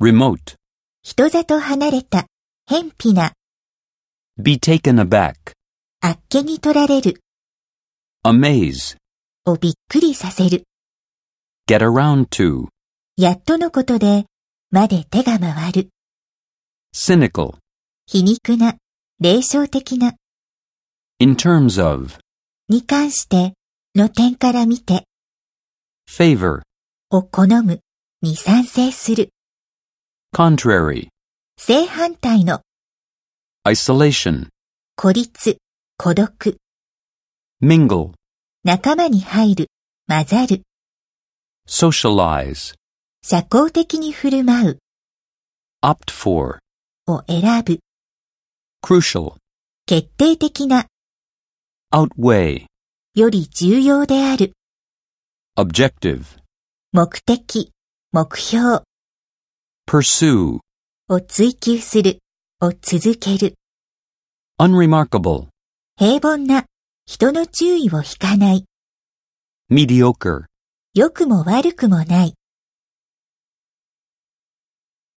remote, 人里離れた、偏僻な、 be taken aback, あっけに取られる、 amaze, をびっくりさせる、 get around to, やっとのことで、まで手が回る、 cynical, 皮肉な、霊障的な、 in terms of, に関して、の点から見て、 favor, を好む、に賛成する、 contrary, 正反対の、 isolation, 孤立、孤独、 mingle, 仲間に入る、混ざる、 socialize, 社交的に振る舞う、 opt for, を選ぶ、 crucial, 決定的な、 outweigh, より重要である、 objective, 目的、目標、 pursue, を追求する、を続ける、 unremarkable, 平凡な、人の注意を引かない、 mediocre. 良くも悪くもない。